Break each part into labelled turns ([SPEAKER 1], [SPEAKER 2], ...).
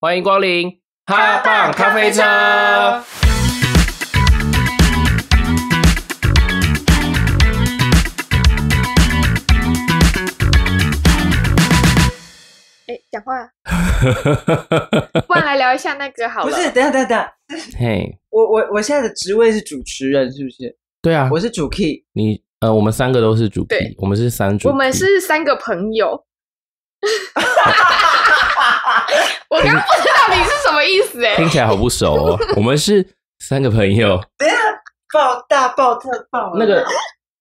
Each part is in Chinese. [SPEAKER 1] 欢迎光临哈棒咖啡车。
[SPEAKER 2] 哎，讲话， 不然来聊一下那个好
[SPEAKER 3] 不
[SPEAKER 2] 了。
[SPEAKER 3] 是，等一下等一下等一下，
[SPEAKER 1] 嘿，
[SPEAKER 3] 我我我现在的职位是主持人，是不是？
[SPEAKER 1] 对啊，
[SPEAKER 3] 我是主 key，
[SPEAKER 1] 你呃，我们三个都是主题
[SPEAKER 2] 对，
[SPEAKER 1] 我们是三主题，
[SPEAKER 2] 我们是三个朋友。 我刚不知道你是什么意思哎、
[SPEAKER 1] 听起来好不熟 哦。我们是三个朋友，
[SPEAKER 3] 爆大爆特爆
[SPEAKER 1] 那个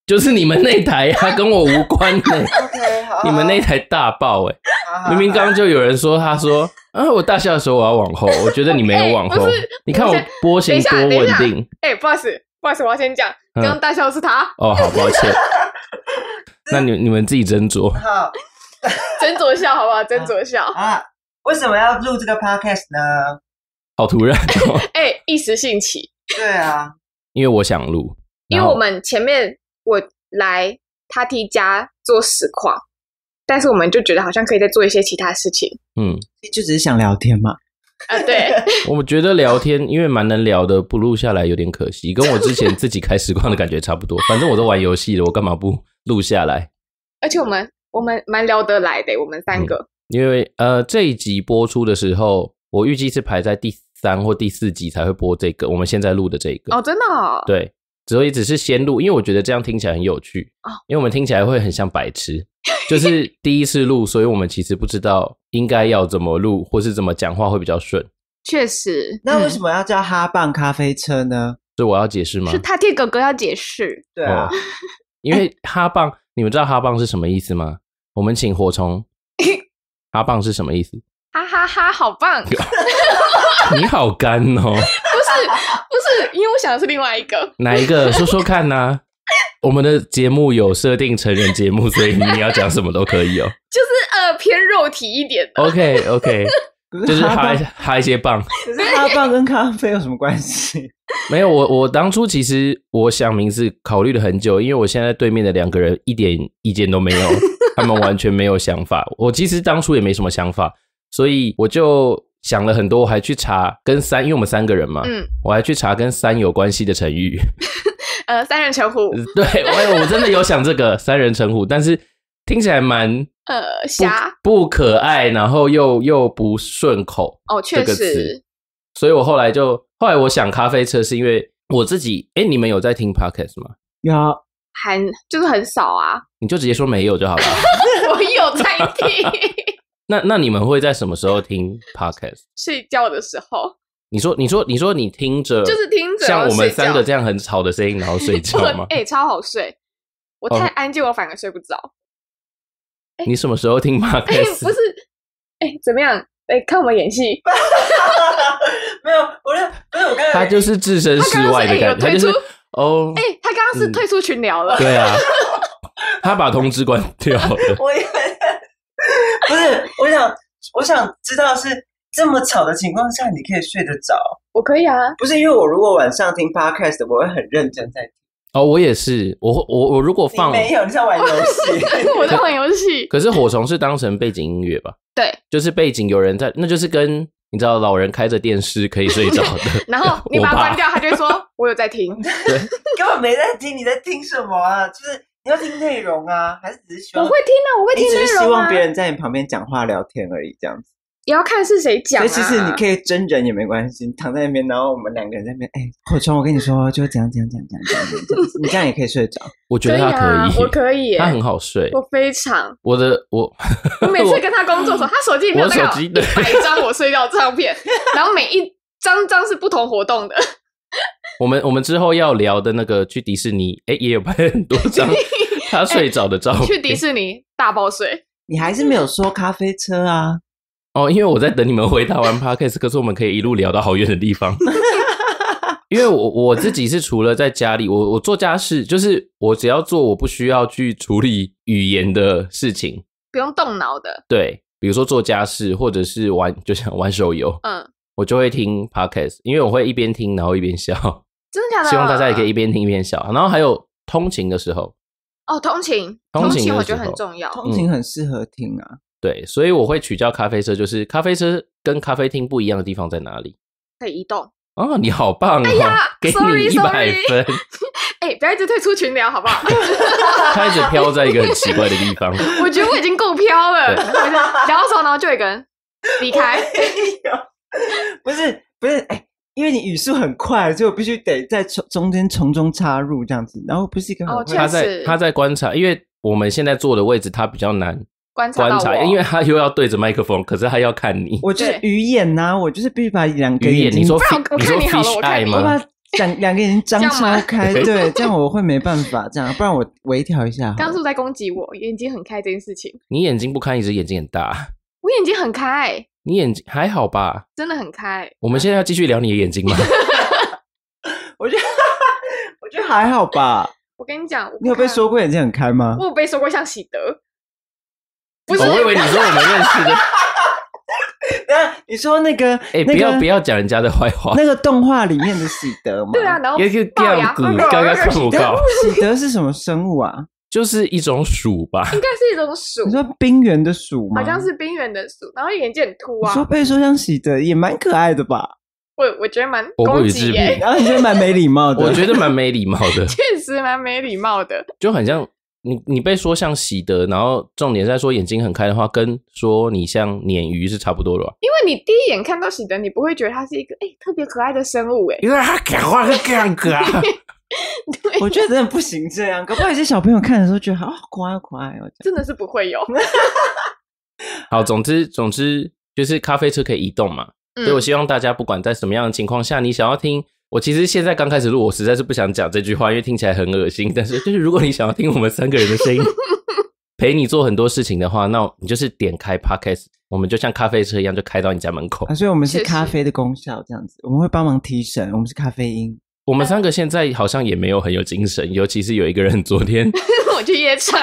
[SPEAKER 1] 就是你们那台啊，跟我无关 的。
[SPEAKER 3] OK，好，
[SPEAKER 1] 你们那台大爆哎、
[SPEAKER 3] 好好
[SPEAKER 1] 明明刚刚就有人说，他 说啊，我大笑的时候我要往后，我觉得你没有往后。
[SPEAKER 2] 哎不是
[SPEAKER 1] 你看我
[SPEAKER 2] 等一下
[SPEAKER 1] 波形多
[SPEAKER 2] 等一下
[SPEAKER 1] 稳
[SPEAKER 2] 等一
[SPEAKER 1] 定
[SPEAKER 2] 哎、不好意思，不好意思，我要先讲，
[SPEAKER 1] 嗯
[SPEAKER 2] 刚刚大笑的是他，
[SPEAKER 1] 哦，好抱 歉。那你你们自己斟酌。
[SPEAKER 3] 好
[SPEAKER 2] 斟酌一下好不好？斟酌一下。
[SPEAKER 3] 啊，为什么要录这个 podcast 呢？
[SPEAKER 1] 好突然哦，
[SPEAKER 2] 哎、一时兴起，
[SPEAKER 3] 对 啊，
[SPEAKER 1] 因为我想录，
[SPEAKER 2] 因
[SPEAKER 1] 然
[SPEAKER 2] 为
[SPEAKER 1] 后
[SPEAKER 2] 我们前面我来他替家做实况，但是我们就觉得好像可以再做一些其他事情
[SPEAKER 1] 嗯，
[SPEAKER 3] 就只是想聊天嘛。
[SPEAKER 2] 啊、对，
[SPEAKER 1] 我觉得聊天因为蛮能聊的，不录下来有点可惜，跟我之前自己开实况的感觉差不多。反正我都玩游戏了，我干嘛不录下来？
[SPEAKER 2] 而且我们我们蛮聊得来的，我们三个。
[SPEAKER 1] 因为呃，这一集播出的时候，我预计是排在第三或第四集才会播这个，我们现在录的这个。
[SPEAKER 2] 哦，真的、哦？
[SPEAKER 1] 对，所以只是先录，因为我觉得这样听起来很有趣。
[SPEAKER 2] 哦
[SPEAKER 1] 因为我们听起来会很像白 痴，就是第一次录，所以我们其实不知道应该要怎么录，或是怎么讲话会比较顺。
[SPEAKER 2] 确实。
[SPEAKER 3] 那为
[SPEAKER 2] 么、
[SPEAKER 3] 什么要叫哈棒咖啡车呢？
[SPEAKER 1] 所以我要解释吗？
[SPEAKER 2] 是他替哥哥要解释？
[SPEAKER 3] 对啊
[SPEAKER 1] 哦，因为哈棒，你们知道哈棒是什么意思吗？我们请火 虫，哈棒是什么意思？
[SPEAKER 2] 哈哈哈，好 棒！不是
[SPEAKER 1] 你好干哦，
[SPEAKER 2] 不是，因为我想的是另外一个。
[SPEAKER 1] 哪一个？说说看呐、我们的节目有设定成人节目，所以你要讲什么都可以哦。
[SPEAKER 2] 就是呃偏肉体一点 的。
[SPEAKER 1] OK OK，
[SPEAKER 3] 可
[SPEAKER 1] 就是
[SPEAKER 3] 哈
[SPEAKER 1] 哈
[SPEAKER 3] 棒
[SPEAKER 1] 一，哈一些棒。
[SPEAKER 3] 可是哈棒跟咖啡有什么关系？
[SPEAKER 1] 没有，我我当初其实我想名字考虑了很久，因为我现在对面的两个人一点意见都没有，他们完全没有想法。我其实当初也没什么想法，所以我就想了很多，我还去查跟三，因为我们三个人嘛，
[SPEAKER 2] 嗯，
[SPEAKER 1] 我还去查跟三有关系的成语。
[SPEAKER 2] 呃，三人成虎，
[SPEAKER 1] 对，我我真的有想这个三人成虎，但是听起来蛮
[SPEAKER 2] 呃，侠
[SPEAKER 1] 不不可爱，然后又又不顺口，
[SPEAKER 2] 哦，
[SPEAKER 1] 这
[SPEAKER 2] 确
[SPEAKER 1] 个词
[SPEAKER 2] 实，，
[SPEAKER 1] 所以我后来就后来我想咖啡车是因为我自己，哎，你们有在听 podcast 吗？
[SPEAKER 3] 有
[SPEAKER 2] 很就是很少啊。
[SPEAKER 1] 你就直接说没有就好了。
[SPEAKER 2] 我有在听，
[SPEAKER 1] 那那你们会在什么时候听 podcast？
[SPEAKER 2] 睡觉的时候
[SPEAKER 1] 你说你说你说你听着，
[SPEAKER 2] 就是听着
[SPEAKER 1] 呃像我们三个这
[SPEAKER 2] 样
[SPEAKER 1] 样很吵的声音，然后睡觉 吗？
[SPEAKER 2] 哎、超好睡。我
[SPEAKER 1] 哦
[SPEAKER 2] 太安静，我反而睡不着。
[SPEAKER 1] 你什么时候听
[SPEAKER 2] 哎、不
[SPEAKER 1] podcast？
[SPEAKER 2] 是，哎、怎么样？哎、看我们演戏，
[SPEAKER 3] 没有？我是不是我刚
[SPEAKER 1] 他就是置身事外的感觉，他
[SPEAKER 2] 他刚
[SPEAKER 1] 就是
[SPEAKER 2] 刚哎有退出
[SPEAKER 1] 是哦，
[SPEAKER 2] 哎、他刚刚是退出群聊了，
[SPEAKER 1] 对啊，他把通知关掉了。
[SPEAKER 3] 我也不是，我想我想知道是这么吵的情况下，你可以睡得着？
[SPEAKER 2] 我可以啊，
[SPEAKER 3] 不是因为我如果晚上听 podcast，我会很认真在听。
[SPEAKER 1] 哦，我也是，我我我如果
[SPEAKER 3] 你
[SPEAKER 1] 放，
[SPEAKER 3] 没有，你在玩游戏。
[SPEAKER 2] 我在玩游戏。
[SPEAKER 1] 可是火虫是当成背景音乐吧？
[SPEAKER 2] 对，。
[SPEAKER 1] 就是背景有人在，那就是跟你知道老人开着电视可以睡着的
[SPEAKER 2] 然后你
[SPEAKER 1] 我
[SPEAKER 2] 把它
[SPEAKER 1] 爸
[SPEAKER 2] 关掉，他就 会说：“我有在听。
[SPEAKER 1] 对，
[SPEAKER 3] 根本没在听，你在听什么啊？就是你要听内容啊，还是只是”希
[SPEAKER 2] 我
[SPEAKER 3] 望
[SPEAKER 2] 会听啊，我会
[SPEAKER 3] 你
[SPEAKER 2] 听
[SPEAKER 3] 只
[SPEAKER 2] 内
[SPEAKER 3] 是希
[SPEAKER 2] 容
[SPEAKER 3] 望
[SPEAKER 2] 啊
[SPEAKER 3] 别。人在你旁边讲话聊天而已，这样子。
[SPEAKER 2] 也要看是谁
[SPEAKER 3] 所
[SPEAKER 2] 讲啊。
[SPEAKER 3] 以其实你可
[SPEAKER 2] 以，
[SPEAKER 3] 以真人也没关系，你躺在那边，然后我们两个人在那边，哎、火虫，我跟你说，就怎样怎样怎样怎样怎样怎样怎样，你这样也可以睡着。
[SPEAKER 1] 我觉得他
[SPEAKER 2] 啊，
[SPEAKER 1] 可以，
[SPEAKER 2] 我可以耶，
[SPEAKER 1] 他很好睡。
[SPEAKER 2] 我非 常。
[SPEAKER 1] 我的我，
[SPEAKER 2] 我每次跟他工作的时候，他手机里面有大概
[SPEAKER 1] 我手机
[SPEAKER 2] 一百张我睡觉的照 片，然后每一张张是不同活动的。
[SPEAKER 1] 我们我们之后要聊的那个去迪士尼，哎、也有拍很多 张他睡着的照片。
[SPEAKER 2] 哎去迪士尼大爆睡，
[SPEAKER 3] 你还是没有说咖啡车啊？
[SPEAKER 1] 哦，因为我在等你们回答完 podcast，可是我们可以一路聊到好远的地方。因为我我自己是除了在家里，我我做家事，就是我只要做我不需要去处理语言的事情，
[SPEAKER 2] 不用动脑的。
[SPEAKER 1] 对，比如说做家事或者是玩，就像玩手游，
[SPEAKER 2] 嗯，
[SPEAKER 1] 我就会听 podcast，因为我会一边听然后一边笑，
[SPEAKER 2] 真的假的？
[SPEAKER 1] 希望大家也可以一边听一边笑。然后还有通勤的时候，
[SPEAKER 2] 哦，通勤，
[SPEAKER 1] 通勤的
[SPEAKER 2] 我
[SPEAKER 1] 时
[SPEAKER 2] 觉得
[SPEAKER 1] 候嗯
[SPEAKER 2] 很重要。
[SPEAKER 3] 通勤很适合听啊，
[SPEAKER 1] 对，所以我会取叫咖啡车，就是咖啡车跟咖啡厅不一样的地方在哪里？
[SPEAKER 2] 可以移动。
[SPEAKER 1] 哦，你好棒哦！
[SPEAKER 2] 哎呀
[SPEAKER 1] 给你
[SPEAKER 2] ，sorry，
[SPEAKER 1] 一百
[SPEAKER 2] sorry
[SPEAKER 1] 分，
[SPEAKER 2] 哎、不要一直退出群聊好不好？
[SPEAKER 1] 开始飘在一个很奇怪的地 方。
[SPEAKER 2] 我觉得我已经够飘了。
[SPEAKER 1] 对
[SPEAKER 2] 我就聊的 时候，然后就有一个人离开。
[SPEAKER 3] 不是不是，哎、因为你语速很快，所以我必须得在从中间从中插入这样子，然后不是一个很
[SPEAKER 2] 哦
[SPEAKER 3] 会
[SPEAKER 2] 确
[SPEAKER 1] 他
[SPEAKER 2] 实
[SPEAKER 1] 在他在观察，因为我们现在坐的位置他比较难
[SPEAKER 2] 观察到
[SPEAKER 1] 观
[SPEAKER 2] 我，
[SPEAKER 1] 察，因为他又要对着麦克风，可是他要看你。
[SPEAKER 3] 我就是鱼眼呐、我就是必须把两个
[SPEAKER 1] 鱼眼，
[SPEAKER 3] 睛，
[SPEAKER 1] 你说
[SPEAKER 2] 不然
[SPEAKER 1] fi-
[SPEAKER 2] 我
[SPEAKER 1] 说
[SPEAKER 2] 看你好了
[SPEAKER 1] fish
[SPEAKER 2] 我看
[SPEAKER 1] eye
[SPEAKER 2] 你
[SPEAKER 3] 我
[SPEAKER 1] 吗
[SPEAKER 3] 把？两两个眼睛张
[SPEAKER 2] 这样吗
[SPEAKER 3] 张开，对，这样我会没办法，这样不然我微调一下好了。
[SPEAKER 2] 刚是不是在攻击我，眼睛很开这件事情，
[SPEAKER 1] 你眼睛不看，一直眼睛很大，
[SPEAKER 2] 我眼睛很开，
[SPEAKER 1] 你眼睛还好吧？
[SPEAKER 2] 真的很开。
[SPEAKER 1] 我们现在要继续聊你的眼睛吗？
[SPEAKER 3] 我觉得 我觉得还好 吧。
[SPEAKER 2] 我跟你讲，我不
[SPEAKER 3] 你有被
[SPEAKER 2] 看
[SPEAKER 3] 说？过眼睛很开吗
[SPEAKER 2] 我？有被说过像喜德， 不是
[SPEAKER 1] 哦我以为你说我们认 识的。
[SPEAKER 3] 那你说那个
[SPEAKER 1] 哎，不
[SPEAKER 3] 那
[SPEAKER 1] 要
[SPEAKER 3] 个
[SPEAKER 1] 不要讲人家的坏话。
[SPEAKER 3] 那个动画里面的喜德吗？
[SPEAKER 2] 对啊，，然后
[SPEAKER 1] 也就
[SPEAKER 2] 龅
[SPEAKER 1] 这
[SPEAKER 2] 牙
[SPEAKER 1] 样子，
[SPEAKER 2] 龅
[SPEAKER 1] 刚
[SPEAKER 2] 牙
[SPEAKER 1] 刚
[SPEAKER 2] 龅牙
[SPEAKER 1] 看不到，
[SPEAKER 3] 喜德是什么生物啊？
[SPEAKER 1] 就是一种鼠吧？
[SPEAKER 2] 应该是一种鼠
[SPEAKER 3] 你，说冰原的鼠
[SPEAKER 1] 嗯
[SPEAKER 3] 吗？
[SPEAKER 2] 好像是冰原的鼠，然后眼睛很凸
[SPEAKER 3] 你
[SPEAKER 2] 啊
[SPEAKER 3] 说。被说像喜德也蛮可爱的吧？
[SPEAKER 2] 我我觉得蛮
[SPEAKER 1] 我不
[SPEAKER 2] 攻
[SPEAKER 1] 予
[SPEAKER 2] 击
[SPEAKER 1] 置
[SPEAKER 2] 耶、
[SPEAKER 1] 评，
[SPEAKER 3] 然后你就蛮没礼貌 的。
[SPEAKER 1] 我觉得蛮没礼貌 的，
[SPEAKER 2] 确实蛮没礼貌的。
[SPEAKER 1] 就很像你你被说像喜德，然后重点在说眼睛很开的话，跟说你像鲶鱼是差不多的吧？
[SPEAKER 2] 因为你第一眼看到喜德，你不会觉得他是一个哎、特别可爱的生物哎、
[SPEAKER 1] 因为他讲话是这样子啊，
[SPEAKER 3] 我觉得真的不行这样，搞不好有些小朋友看的时候觉得好可爱可爱哦。这样
[SPEAKER 2] 真的是不会有。
[SPEAKER 1] 好，总之总之就是咖啡车可以移动嘛，所以我
[SPEAKER 2] 嗯，
[SPEAKER 1] 希望大家不管在什么样的情况下，你想要听。我其实现在刚开始录，我实在是不想讲这句话，因为听起来很恶心。但是就是如果你想要听我们三个人的声音， 陪你做很多事情的话，那你就是点开 podcast，我们就像咖啡车一样，就开到你家门口
[SPEAKER 3] 啊，。所以我们是
[SPEAKER 2] 确实
[SPEAKER 3] 咖啡的功效这样子，我们会帮忙提神，我们是咖啡因。
[SPEAKER 1] 我们三个现在好像也没有很有精神，尤其是有一个人 昨天
[SPEAKER 2] 我去 夜场，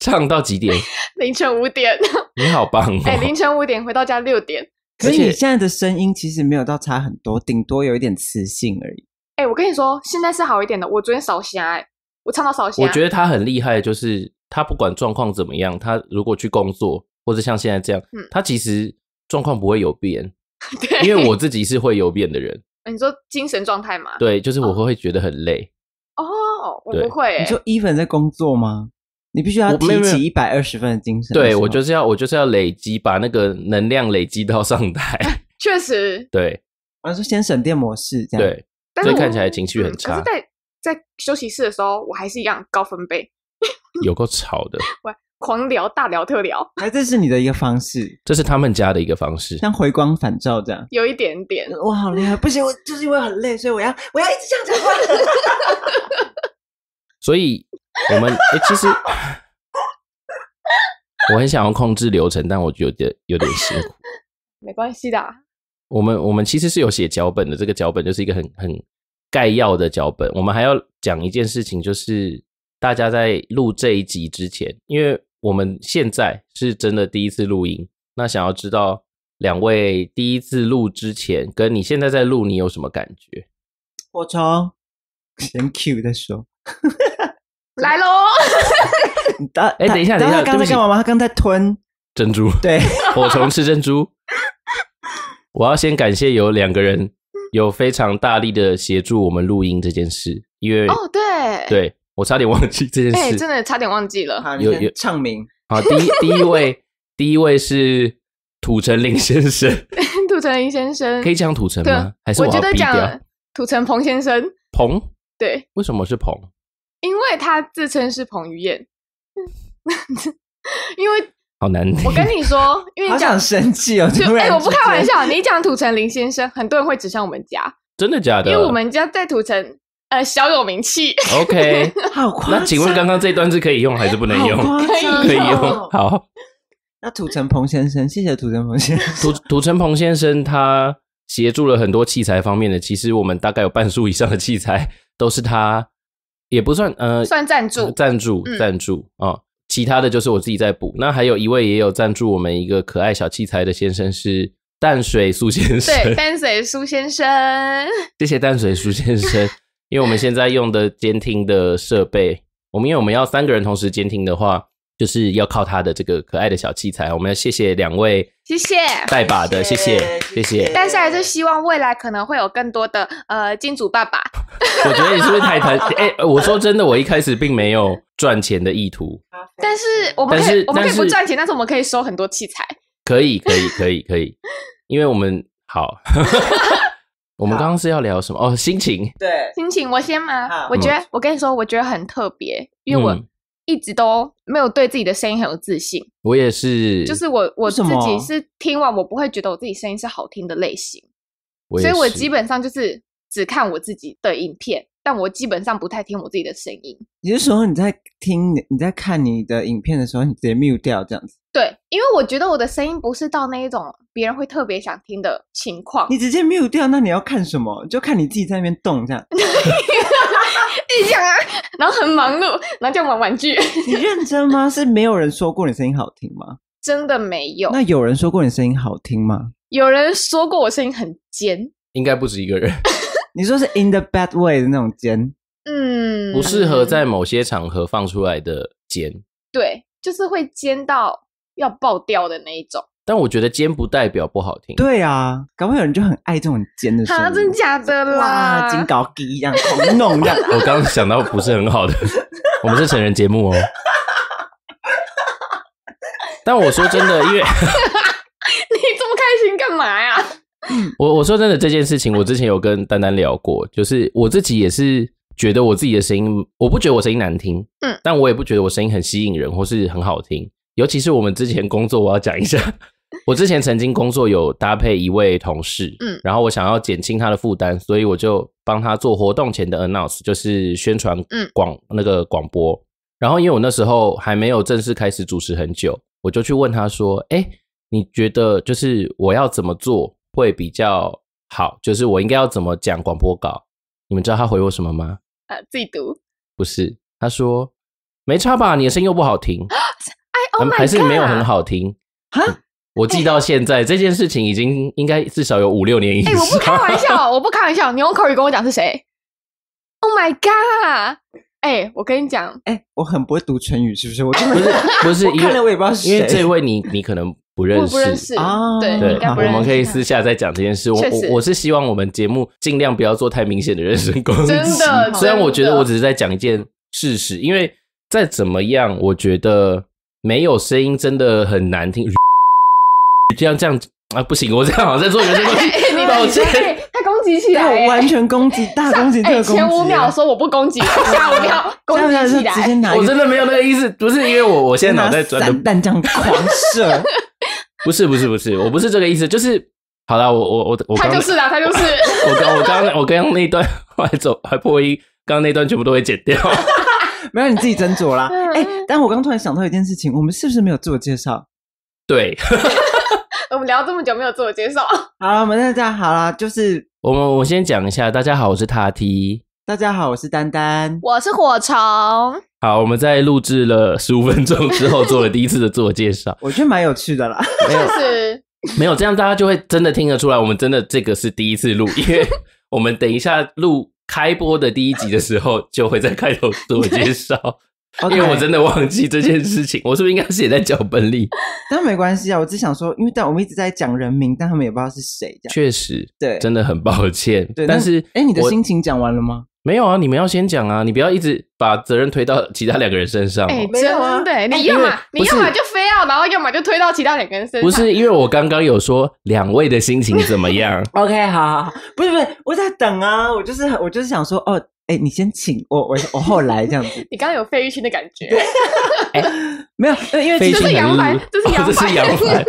[SPEAKER 1] 唱到几点？
[SPEAKER 2] 凌晨 五点，
[SPEAKER 1] 你好棒哦！
[SPEAKER 2] 哎、凌晨五点回到家六点。
[SPEAKER 3] 可是
[SPEAKER 1] 而且
[SPEAKER 3] 你现在的声音其实没有到差很多，顶多有一点磁性而已。
[SPEAKER 2] 哎、我跟你说，现在是好一点的。我昨天扫虾、哎，我唱到扫虾，
[SPEAKER 1] 我觉得他很厉害，就是他不管状况怎么样，他如果去工作或者像现在这样
[SPEAKER 2] 嗯，
[SPEAKER 1] 他其实状况不会有变，
[SPEAKER 2] 对，
[SPEAKER 1] 因为我自己是会有变的人，
[SPEAKER 2] 你说精神状态嘛，
[SPEAKER 1] 对，就是我会觉得很累。
[SPEAKER 2] 哦，我
[SPEAKER 1] 对
[SPEAKER 2] 不
[SPEAKER 3] 你
[SPEAKER 2] 会、哎
[SPEAKER 3] 说 even 在工作吗？你必须要
[SPEAKER 1] 我
[SPEAKER 3] 提
[SPEAKER 1] 没有没有
[SPEAKER 3] 起一百二十分的精神的哦时候。
[SPEAKER 1] 对我就是要我就是要累积，把那个能量累积到上台。
[SPEAKER 2] 确实，
[SPEAKER 1] 对
[SPEAKER 3] 我是说先省电模式这样。，
[SPEAKER 1] 对，
[SPEAKER 2] 但
[SPEAKER 1] 所
[SPEAKER 2] 是
[SPEAKER 1] 以
[SPEAKER 2] 我
[SPEAKER 1] 看起来情绪很
[SPEAKER 2] 嗯
[SPEAKER 1] 差
[SPEAKER 2] 可是在，在休息室的时候，我还是一样高分贝，
[SPEAKER 1] 有够吵的，
[SPEAKER 2] 狂聊、大聊、特聊，
[SPEAKER 3] 还哎这是你的一个方式，
[SPEAKER 1] 这是他们家的一个方式。
[SPEAKER 3] 像回光返照这样。
[SPEAKER 2] 有一点点。
[SPEAKER 3] 我好厉害，不行，我就是因为很累，所以我要我要一直这样讲话。
[SPEAKER 1] 所以我们哎、诶其实我很想要控制流程，但我觉得有点辛苦。
[SPEAKER 2] 没关系的啊，
[SPEAKER 1] 我们我们其实是有写脚本的，这个脚本就是一个很很概要的脚本。我们还要讲一件事情，就是大家在录这一集之前，因为我们现在是真的第一次录音，那想要知道两位第一次录之前，跟你现在在录，你有什么感觉？
[SPEAKER 3] 我从先 Q 再说。
[SPEAKER 2] 来喽！
[SPEAKER 3] 你到
[SPEAKER 1] 哎等一下
[SPEAKER 3] 他
[SPEAKER 1] 等一下
[SPEAKER 3] 他刚
[SPEAKER 1] 对不
[SPEAKER 3] 才
[SPEAKER 1] 起
[SPEAKER 3] 干嘛吗？他刚才吞。
[SPEAKER 1] 珍珠。
[SPEAKER 3] 对，
[SPEAKER 1] 火虫吃珍珠。我要先感谢有两个人
[SPEAKER 2] 嗯
[SPEAKER 1] 有非常大力的协助我们录音这件事，因为、
[SPEAKER 2] 哦，对，
[SPEAKER 1] 对啊我差点忘记这件
[SPEAKER 2] 哎、
[SPEAKER 1] 事。
[SPEAKER 2] 真的差点忘记了。
[SPEAKER 3] 好，
[SPEAKER 1] 有
[SPEAKER 3] 你
[SPEAKER 1] 有
[SPEAKER 3] 先唱名。
[SPEAKER 1] 好，第一第一位第一位是土城林先生，
[SPEAKER 2] 土城林先生，
[SPEAKER 1] 可以讲土城
[SPEAKER 2] 嗯对啊
[SPEAKER 1] 吗？还是
[SPEAKER 2] 我
[SPEAKER 1] 要
[SPEAKER 2] 觉得
[SPEAKER 1] 逼掉
[SPEAKER 2] 讲土城彭先生，
[SPEAKER 1] 彭？
[SPEAKER 2] 对，
[SPEAKER 1] 为什么是彭？
[SPEAKER 2] 因为他自称是彭于晏，因为
[SPEAKER 1] 好难听
[SPEAKER 2] 我跟 你说，因
[SPEAKER 3] 嗯
[SPEAKER 2] 为
[SPEAKER 3] 好
[SPEAKER 2] 你讲
[SPEAKER 3] 想生气哦！
[SPEAKER 2] 就
[SPEAKER 3] 突
[SPEAKER 2] 哎、
[SPEAKER 3] 然，
[SPEAKER 2] 我不开玩，笑，你讲土城林先生，很多人会指向我们家，
[SPEAKER 1] 真的假的？
[SPEAKER 2] 因为我们家在土城呃小有名气，
[SPEAKER 1] OK。
[SPEAKER 3] 好夸张。
[SPEAKER 1] 那请问刚刚这段是可以用还是不能用？
[SPEAKER 3] 好夸张哦
[SPEAKER 1] 可以用。好，
[SPEAKER 3] 那土城彭先生，谢谢土城彭先生。
[SPEAKER 1] 土土城彭先生他协助了很多器材方面的，其实我们大概有半数以上的器材 都是他，也不算呃
[SPEAKER 2] 算赞助
[SPEAKER 1] 赞助
[SPEAKER 2] 嗯
[SPEAKER 1] 赞助啊、哦其他的就是我自己在补。那还有一位也有赞助我们一个可爱小器材的先生是淡水苏先生，
[SPEAKER 2] 对，淡水苏 先生，
[SPEAKER 1] 谢谢淡水苏先生，因为我们现在用的监听的设备，我们因为我们要三个人同时监听的话，就是要靠他的这个可爱的小器材。我们要谢谢两位
[SPEAKER 2] 谢谢。
[SPEAKER 1] 带把的，谢谢谢
[SPEAKER 3] 谢谢
[SPEAKER 1] 谢。
[SPEAKER 2] 但是还是希望未来可能会有更多的呃金主爸爸，
[SPEAKER 1] 我觉得你是不是太贪？哎、我说真的，我一开始并没有赚钱的意图。
[SPEAKER 2] 但是我们
[SPEAKER 1] 但
[SPEAKER 2] 可
[SPEAKER 1] 是
[SPEAKER 2] 以我们可以
[SPEAKER 1] 但
[SPEAKER 2] 不
[SPEAKER 1] 是
[SPEAKER 2] 赚钱，但是我们可以收很多器材。
[SPEAKER 1] 可以，可以，可以，可以，因为我们好， 我们刚刚是要聊什么？哦，心情。
[SPEAKER 3] 对，
[SPEAKER 2] 心情我先吗？
[SPEAKER 3] 好
[SPEAKER 2] 我觉得我跟你说，我觉得很特别，因为我
[SPEAKER 1] 嗯
[SPEAKER 2] 一直都没有对自己的声音很有自信。
[SPEAKER 1] 我也是，
[SPEAKER 2] 就是我我
[SPEAKER 3] 为
[SPEAKER 2] 自
[SPEAKER 3] 什么
[SPEAKER 2] 己是听完我不会觉得我自己声音是好听的类型，
[SPEAKER 1] 我也
[SPEAKER 2] 所以我
[SPEAKER 1] 是
[SPEAKER 2] 基本上就是只看我自己的影片，但我基本上不太听我自己的声音。
[SPEAKER 3] 你是说你在听你在看你的影片的时候，你直接 mute 掉这样子？
[SPEAKER 2] 对，因为我觉得我的声音不是到那一种别人会特别想听的情况，
[SPEAKER 3] 你直接 mute 掉，那你要看什么？就看你自己在那边动这样。
[SPEAKER 2] 一直讲啊，然后很忙碌，然后就玩玩具，
[SPEAKER 3] 你认真吗？是没有人说过你声音好听吗？
[SPEAKER 2] 真的没有。
[SPEAKER 3] 那有人说过你声音好听吗？
[SPEAKER 2] 有人说过我声音很尖，
[SPEAKER 1] 应该不止一个人，
[SPEAKER 3] 你说是 in the bad way 的那种尖，
[SPEAKER 2] 嗯，
[SPEAKER 1] 不适合在某些场合放出来的尖。
[SPEAKER 2] 对，就是会尖到要爆掉的那一种。
[SPEAKER 1] 但我觉得尖不代表不好听。
[SPEAKER 3] 对啊，搞不好有人就很爱这种尖的声
[SPEAKER 2] 哈，
[SPEAKER 3] 音，
[SPEAKER 2] 真假的啦？
[SPEAKER 3] 哇，金搞低一样狂弄 这样。
[SPEAKER 1] 我刚刚想到不是很好的， 我们是成人节目哦。 但我说真的，因为
[SPEAKER 2] 你这么开心干嘛呀？
[SPEAKER 1] 我我说真的这件事情，我之前有跟丹丹聊过，就是我自己也是觉得我自己的声音，我不觉得我声音难听，
[SPEAKER 2] 嗯，
[SPEAKER 1] 但我也不觉得我声音很吸引人或是很好听。尤其是我们之前工作，我要讲一下，我之前曾经工作有搭配一位同事，
[SPEAKER 2] 嗯
[SPEAKER 1] 然后我想要减轻他的负担，所以我就帮他做活动前的 announce，就是宣传
[SPEAKER 2] 嗯
[SPEAKER 1] 广、那个广播。然后因为我那时候还没有正式开始主持很久，我就去问他说：“哎，你觉得就是我要怎么做会比较好？就是我应该要怎么讲广播稿？”你们知道他回我什么吗？
[SPEAKER 2] 呃，自己读。
[SPEAKER 1] 不是，他说：“没差吧，你的声音又不好听，
[SPEAKER 2] 哎
[SPEAKER 1] 嗯
[SPEAKER 2] ，Oh my god，啊
[SPEAKER 1] 还是没有很。好听。
[SPEAKER 3] 哈，”
[SPEAKER 1] 我记到现在，这件事情已经应该至少有五六年以
[SPEAKER 2] 哎、
[SPEAKER 1] 上。
[SPEAKER 2] 我不开 玩笑，我不开玩笑，你用口语跟我讲是谁？Oh my god！哎、我跟你讲，
[SPEAKER 3] 哎、我很不会读成语，是不是？我真的
[SPEAKER 1] 不是不是，
[SPEAKER 3] 我
[SPEAKER 1] 因
[SPEAKER 3] 看了我
[SPEAKER 1] 为
[SPEAKER 3] 也不知道是
[SPEAKER 1] 因为
[SPEAKER 3] 谁
[SPEAKER 1] 这位你你可能不认
[SPEAKER 2] 我
[SPEAKER 1] 识，
[SPEAKER 2] 不认识，
[SPEAKER 3] 啊
[SPEAKER 2] 对，你
[SPEAKER 1] 对
[SPEAKER 2] 应，该
[SPEAKER 1] 我
[SPEAKER 2] 不认识。
[SPEAKER 1] 们可以私下再讲这件事。我
[SPEAKER 2] 确实
[SPEAKER 1] 我我是希望我们节目尽量不要做太明显的人身攻击。
[SPEAKER 2] 真的
[SPEAKER 1] 虽然我觉得
[SPEAKER 2] 真的
[SPEAKER 1] 我只是在讲一件事实，因为再怎么样，我觉得没有声音真的很难听。 这样这样啊，不行，我这样好像在做人身攻
[SPEAKER 2] 哎、哎
[SPEAKER 1] 击。
[SPEAKER 2] 你
[SPEAKER 1] 道
[SPEAKER 2] 们
[SPEAKER 1] 歉。
[SPEAKER 2] 哎他攻击起来、
[SPEAKER 3] 我
[SPEAKER 2] 哎
[SPEAKER 3] 完全攻 击，大攻击特
[SPEAKER 2] 哎、
[SPEAKER 3] 攻击、啊
[SPEAKER 2] 前五秒说我 不攻击，下五秒攻
[SPEAKER 3] 下面
[SPEAKER 2] 击
[SPEAKER 3] 是
[SPEAKER 2] 起
[SPEAKER 3] 直接
[SPEAKER 2] 来。
[SPEAKER 3] 拿一个，
[SPEAKER 1] 我真的没有那个意思，不是因为我我现在脑袋转的
[SPEAKER 3] 散弹这样狂 射，
[SPEAKER 1] 不是不是不是，我不是这个意思，就是好啦，我我我我
[SPEAKER 2] 他
[SPEAKER 1] 刚
[SPEAKER 2] 就是啊，他就是。
[SPEAKER 1] 我刚我刚我刚刚那一段 还走还破音，刚刚那段全部都会剪掉。
[SPEAKER 3] 没有你自己斟酌啦。
[SPEAKER 2] 嗯
[SPEAKER 3] 哎、但我刚突然想到一件事情，我们是不是没有自我介绍？
[SPEAKER 1] 对，
[SPEAKER 2] 我们聊这么久没有自我介绍，
[SPEAKER 3] 好了，我们那这样好啦，就是
[SPEAKER 1] 我们我先讲一下，大家好，我是塔 T。
[SPEAKER 3] 大家好，我是丹丹，。
[SPEAKER 2] 我是火虫，
[SPEAKER 1] 好，我们在录制了十五分钟之后，做了第一次的自我介绍
[SPEAKER 3] 我觉得蛮有趣的啦。
[SPEAKER 1] 没有
[SPEAKER 2] 就是
[SPEAKER 1] 没有，这样大家就会真的听得出来，我们真的这个是第一次录，因为我们等一下录开播的第一集的时候，就会在开头自我介绍。因
[SPEAKER 3] OK，
[SPEAKER 1] 为我真的忘记这件事情，我是不是应该写在脚本里？
[SPEAKER 3] 但没关系啊，我只想说，因为但我们一直在讲人名，但他们也不知道是谁，这样
[SPEAKER 1] 确实，
[SPEAKER 3] 对，
[SPEAKER 1] 真的很抱歉。
[SPEAKER 3] 对。
[SPEAKER 1] 但
[SPEAKER 3] 那
[SPEAKER 1] 是，
[SPEAKER 3] 哎、你的
[SPEAKER 1] 我
[SPEAKER 3] 心情讲完了吗？
[SPEAKER 1] 没有啊，你们要先讲啊，你不要一直把责任推到其他两个人身上、哦。
[SPEAKER 2] 哎、
[SPEAKER 3] 没有啊
[SPEAKER 2] 真的，
[SPEAKER 1] 哎
[SPEAKER 2] 你要
[SPEAKER 1] 因为
[SPEAKER 2] 么你
[SPEAKER 1] 不是
[SPEAKER 2] 要么就非要，然后要么就推到其他两个人身上。
[SPEAKER 1] 不是因为我刚刚有说两位的心情怎么样？
[SPEAKER 3] OK，好好好，不是不是，我在等啊，我就是我就是想说，哦，哎、你先请我，我我后来这样 子，
[SPEAKER 2] 你刚刚有费玉清的感觉，
[SPEAKER 3] 没有，因为
[SPEAKER 1] 飞
[SPEAKER 3] 其
[SPEAKER 1] 机
[SPEAKER 3] 实
[SPEAKER 2] 这是杨帆这是 杨
[SPEAKER 1] 哦
[SPEAKER 2] 帆
[SPEAKER 1] 这是杨 帆，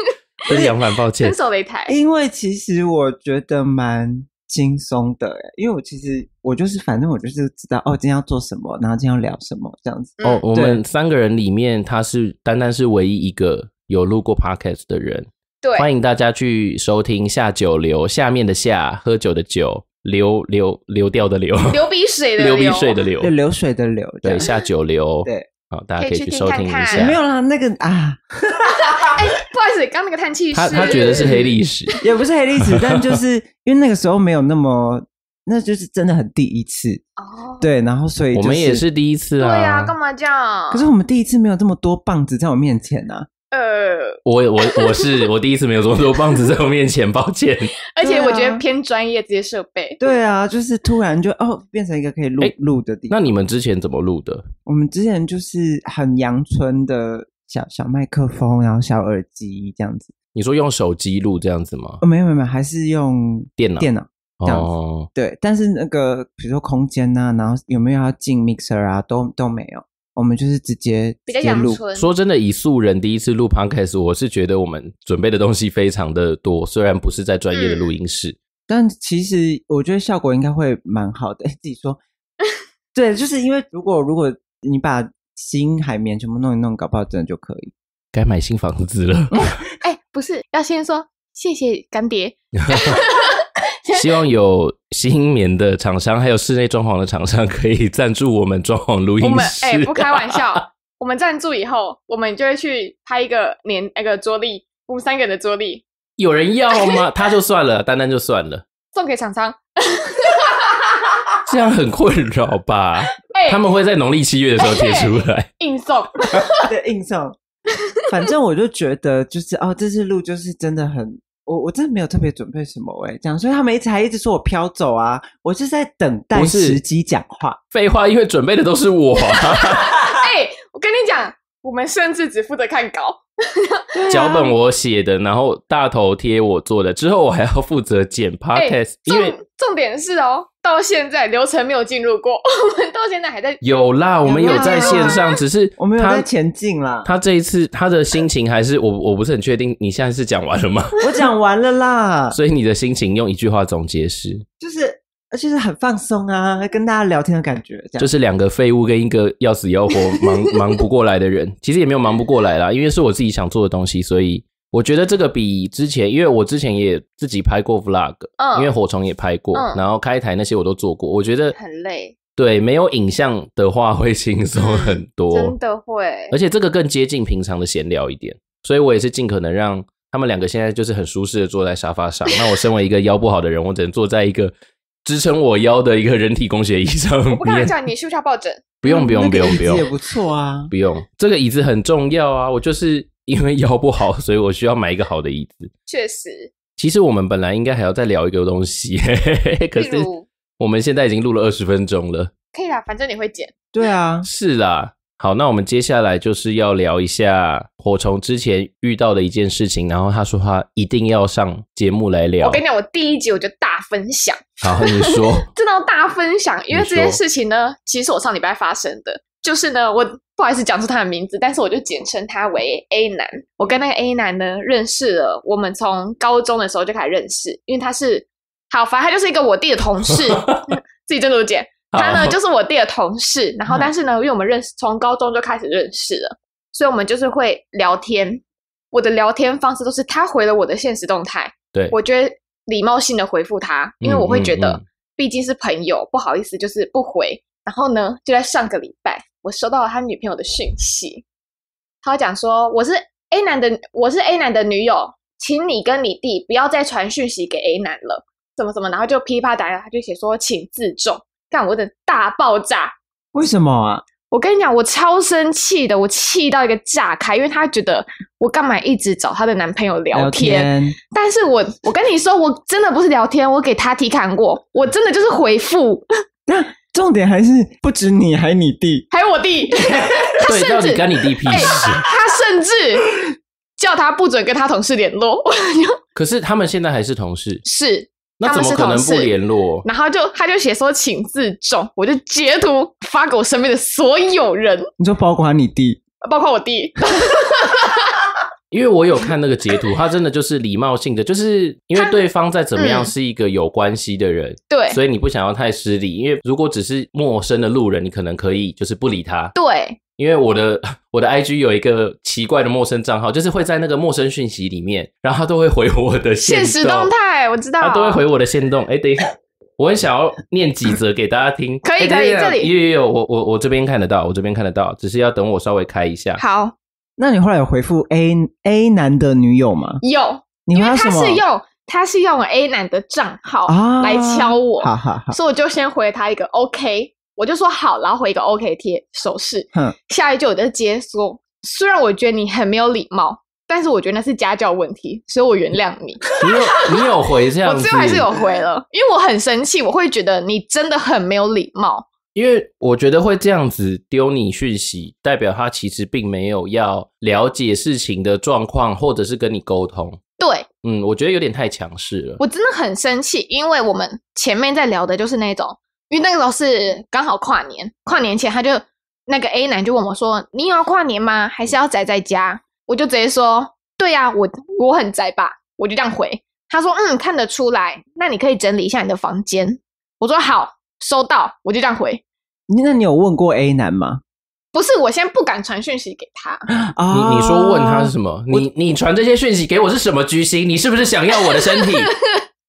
[SPEAKER 1] 这是杨帆，抱歉
[SPEAKER 2] 分，手擂台。
[SPEAKER 3] 因为其实我觉得蛮轻松的、哎，因为我其实我就是反正我就是知道，哦，今天要做什么，然后今天要聊什么这样子，
[SPEAKER 2] 嗯
[SPEAKER 1] 哦，我们三个人里面，他是单单是唯一一个有录过 podcast 的人。
[SPEAKER 2] 对，
[SPEAKER 1] 欢迎大家去收听下九流，下面的下，喝酒的酒，流流流掉的流，
[SPEAKER 2] 流鼻水的
[SPEAKER 1] 流鼻水的流
[SPEAKER 3] 就，流水的流，这
[SPEAKER 1] 对，
[SPEAKER 3] 样
[SPEAKER 1] 下九流，
[SPEAKER 3] 对，
[SPEAKER 1] 好，大家
[SPEAKER 2] 可
[SPEAKER 1] 可
[SPEAKER 2] 以
[SPEAKER 1] 以
[SPEAKER 2] 去
[SPEAKER 1] 去
[SPEAKER 2] 听
[SPEAKER 1] 收
[SPEAKER 2] 看
[SPEAKER 1] 听一
[SPEAKER 2] 看
[SPEAKER 1] 下
[SPEAKER 3] 没。有啦，那个啊，
[SPEAKER 2] 哎、不好意思，刚刚那个叹气是
[SPEAKER 1] 他他觉得是黑历史，
[SPEAKER 3] 也不是黑历史，但就是因为那个时候没有那么那就是真的很第一次，
[SPEAKER 2] 哦，
[SPEAKER 3] 对，然后所以、
[SPEAKER 1] 我们也，是第一次
[SPEAKER 2] 对
[SPEAKER 1] 啊。
[SPEAKER 2] 呀、干嘛这样？
[SPEAKER 3] 可是我们第一次没有这么多棒子在我面前啊，
[SPEAKER 2] 呃，
[SPEAKER 1] 我我我是我第一次没有这么多棒子在我面前，抱 歉。
[SPEAKER 2] 而且
[SPEAKER 3] 对啊
[SPEAKER 2] 我觉得偏专业这些设备，
[SPEAKER 3] 对啊，就是突然就哦变成一个可以录
[SPEAKER 1] 哎
[SPEAKER 3] 录、的地
[SPEAKER 1] 那
[SPEAKER 3] 方。
[SPEAKER 1] 你们之前怎么录的？
[SPEAKER 3] 我们之前就是很阳春的小小麦克风，然后小耳机这样子，
[SPEAKER 1] 你说用手机录这样子吗
[SPEAKER 3] 哦，？没有没有没有，还是用
[SPEAKER 1] 电脑
[SPEAKER 3] 电脑。嗯这样子
[SPEAKER 1] 哦，
[SPEAKER 3] 对，但是那个比如说空间呐、然后有没有要进 mixer 啊，都都没有，我们就是直接
[SPEAKER 2] 比较
[SPEAKER 3] 直接
[SPEAKER 2] 阳
[SPEAKER 3] 录。
[SPEAKER 2] 春。
[SPEAKER 1] 说真的，以素人第一次录 podcast，我是觉得我们准备的东西非常的多，虽然不是在专业的录
[SPEAKER 2] 嗯
[SPEAKER 1] 音室。
[SPEAKER 3] 但其实我觉得效果应该会蛮好的。 自己说，对，就是因为如果如果你把新海绵全部弄一弄，搞不好真的就可 以。
[SPEAKER 1] 该买新房子 了，
[SPEAKER 2] 哎、不是，要先说谢谢干爹，
[SPEAKER 1] 希望有新棉的厂商，还有室内装潢的厂商可以赞助我们装潢录音
[SPEAKER 2] 我们
[SPEAKER 1] 室。
[SPEAKER 2] 哎、不开玩笑，我们赞助以后，我们就会去拍一个年那个桌历，我们三个人的桌历
[SPEAKER 1] 有人要吗？他就算了，丹丹就算了，
[SPEAKER 2] 送给厂商。
[SPEAKER 1] 这样很困扰吧？
[SPEAKER 2] 哎、
[SPEAKER 1] 他们会在农历七月的时候贴出来。
[SPEAKER 2] 硬送，
[SPEAKER 3] 对，印象。反正我就觉得，就是哦，这次录就是真的很，我我真的没有特别准备什么哎、这样，所以他们一直还一直说我飘走啊，我就是在等待
[SPEAKER 1] 不是
[SPEAKER 3] 时机讲话。
[SPEAKER 1] 废话，因为准备的都是我、啊，
[SPEAKER 2] 哎、我跟你讲，我们甚至只负责看稿，
[SPEAKER 3] 对 啊
[SPEAKER 1] 脚本我写的，然后大头贴我做的，之后我还要负责剪 podcast，、因为
[SPEAKER 2] 重重点是哦，到现在流程没有进入过， 我们到现在还在
[SPEAKER 1] 有啦，我们有在线上，只是
[SPEAKER 3] 我们有
[SPEAKER 1] 他
[SPEAKER 3] 在前进啦，
[SPEAKER 1] 他这一次他的心情还是我我不是很确定，你现在是讲完了吗？
[SPEAKER 3] 我讲完 了啦，
[SPEAKER 1] 所以你的心情用一句话总结是，
[SPEAKER 3] 就是就是很放松啊，跟大家聊天的感觉，这样
[SPEAKER 1] 就是两个废物跟一个要死要活忙忙不过来的人， 其实也没有忙不过来啦，因为是我自己想做的东西，所以我觉得这个比之前，因为我之前也自己拍过 vlog，、
[SPEAKER 2] 嗯
[SPEAKER 1] 因为火虫也拍过，
[SPEAKER 2] 嗯
[SPEAKER 1] 然后开台那些我都做过，我觉得
[SPEAKER 2] 很累，
[SPEAKER 1] 对没有影像的话会轻松很多，
[SPEAKER 2] 真的会
[SPEAKER 1] 而且这个更接近平常的闲聊一点，所以我也是尽可能让他们两个现在就是很舒适的坐在沙发上。那我身为一个腰不好的人，我只能坐在一个支撑我腰的一个人体工学椅上
[SPEAKER 2] 我不开玩
[SPEAKER 1] 面。
[SPEAKER 2] 笑，你需不需要抱枕？
[SPEAKER 1] 不用不用
[SPEAKER 3] 嗯那
[SPEAKER 1] 不
[SPEAKER 3] 个
[SPEAKER 1] 用
[SPEAKER 3] 椅
[SPEAKER 1] 不
[SPEAKER 3] 子
[SPEAKER 1] 用
[SPEAKER 3] 也不错啊，
[SPEAKER 1] 不用，这个椅子很重要啊！我就是因为腰不好，所以我需要买一个好的椅子。
[SPEAKER 2] 确实，
[SPEAKER 1] 其实我们本来应该还要再聊一个东西， 嘿嘿嘿可
[SPEAKER 2] 例
[SPEAKER 1] 是
[SPEAKER 2] 如
[SPEAKER 1] 我们现在已经录了二十分钟了。
[SPEAKER 2] 可以啦，反正你会剪，
[SPEAKER 3] 对啊，
[SPEAKER 1] 是啦，好，那我们接下来就是要聊一下火虫之前遇到的一件事情，然后他说他一定要上节目来聊
[SPEAKER 2] 我。跟你讲，我第一集我就大分享，
[SPEAKER 1] 好，你说
[SPEAKER 2] 真的要大分享，因为
[SPEAKER 1] 你说
[SPEAKER 2] 这件事情呢，其实我上礼拜发生的，就是呢，我不好意思讲出他的名字，但是我就简称他为 A 男。我跟那个 A 男呢认识了，我们从高中的时候就开始认识，因为他是好，反正他就是一个我弟的 同事，自己真的姐。 他
[SPEAKER 1] 好
[SPEAKER 2] 呢就是我弟的同事，然后
[SPEAKER 3] 嗯
[SPEAKER 2] 但是呢，因为我们认识从高中就开始认识了，所以我们就是会聊天。我的聊天方式都是他回了我的现实动态，
[SPEAKER 1] 对，
[SPEAKER 2] 我觉得礼貌性的回复他，因为我会觉
[SPEAKER 1] 嗯
[SPEAKER 2] 得
[SPEAKER 1] 嗯
[SPEAKER 2] 毕竟是朋友，不好意思就是不回。然后呢，就在上个礼拜，我收到了他女朋友的讯息，他讲说我是 A 男的，我是 A 男的女友，请你跟你弟不要再传讯息给 A 男了，怎么怎么，然后就噼啪打来，他就写说请自重，干我的大爆炸。
[SPEAKER 3] 为什么啊？
[SPEAKER 2] 我跟你讲，我超生气的，我气到一个炸开，因为他觉得我干嘛一直找她的男朋友
[SPEAKER 3] 聊
[SPEAKER 2] 但是我我跟你说，我真的不是聊天，我给他提看过，我真的就是回复，
[SPEAKER 3] 重点还是不止你，还你弟，
[SPEAKER 2] 还有 我弟，他
[SPEAKER 1] 对，到
[SPEAKER 2] 甚
[SPEAKER 1] 底
[SPEAKER 2] 至
[SPEAKER 1] 干你弟屁
[SPEAKER 2] 哎
[SPEAKER 1] 事？
[SPEAKER 2] 他甚至叫他不准跟他同事联络，
[SPEAKER 1] 可是他们现在还是同事，
[SPEAKER 2] 是，
[SPEAKER 1] 那怎么可能
[SPEAKER 2] 他们是
[SPEAKER 1] 不
[SPEAKER 2] 同事
[SPEAKER 1] 联络？
[SPEAKER 2] 然后就他就写说请自重，我就截图发给我身边的所有人，
[SPEAKER 3] 你说包括你弟，
[SPEAKER 2] 包括 我弟，
[SPEAKER 1] 因为我有看那个截图，他真的就是礼貌性的，就是因为
[SPEAKER 2] 他
[SPEAKER 1] 对方再怎么样
[SPEAKER 2] 嗯
[SPEAKER 1] 是一个有关系的人，
[SPEAKER 2] 对
[SPEAKER 1] 所以你不想要太失礼。因为如果只是陌生的路人，你可能可以就是不理他，
[SPEAKER 2] 对，
[SPEAKER 1] 因为我的 我的 IG 有一个奇怪的陌生账号，就是会在那个陌生讯息里面，然后他都会回我的限
[SPEAKER 2] 现实动，态我知道，
[SPEAKER 1] 他都会回我的限动。哎，等一下，我很想要念几则给大家听。
[SPEAKER 2] 可以
[SPEAKER 1] 哎等一下
[SPEAKER 2] 可以这里
[SPEAKER 1] 有有有，我我我这边看得到，我这边看得到，只是要等我稍微开一下。
[SPEAKER 2] 好
[SPEAKER 3] 那你后来有回复 A A 男的女友吗？
[SPEAKER 2] 有，
[SPEAKER 3] 你
[SPEAKER 2] 因
[SPEAKER 3] 回他
[SPEAKER 2] 为
[SPEAKER 3] 什
[SPEAKER 2] 他
[SPEAKER 3] 么？
[SPEAKER 2] 是用他是用 A 男的账号
[SPEAKER 3] 啊
[SPEAKER 2] 来敲我，
[SPEAKER 3] 好好好，
[SPEAKER 2] 所以我就先回他一个 OK，我就说好，然后回一个 OK 贴手势。
[SPEAKER 3] 哼，
[SPEAKER 2] 下一句我就接说，虽然我觉得你很没有礼貌，但是我觉得那是家教问题，所以我原谅你。
[SPEAKER 1] 你有你有 回这
[SPEAKER 2] 我
[SPEAKER 1] 样子？
[SPEAKER 2] 最后还是有回了，因为我很生气，我会觉得你真的很没有礼貌。
[SPEAKER 1] 因为我觉得会这样子丢你讯息，代表他其实并没有要了解事情的状况，或者是跟你沟通。
[SPEAKER 2] 对
[SPEAKER 1] 嗯，我觉得有点太强势了。
[SPEAKER 2] 我真的很生气，因为我们前面在聊的就是那种，因为那个时候是刚好跨年，跨年前他就那个 A 男就问我说：“你有要跨年吗？还是要宅在家？”我就直接说：“对呀、我我很宅吧。”我就这样回。他说：“嗯，看得出来，那你可以整理一下你的房间。”我说：“好，收到。”我就这样回。
[SPEAKER 3] 那你有问过 A 男吗？
[SPEAKER 2] 不是，我先不敢传讯息给他。
[SPEAKER 3] 啊
[SPEAKER 1] 你你说问他是什么？你你传这些讯息给我是什么居心？你是不是想要我的身体？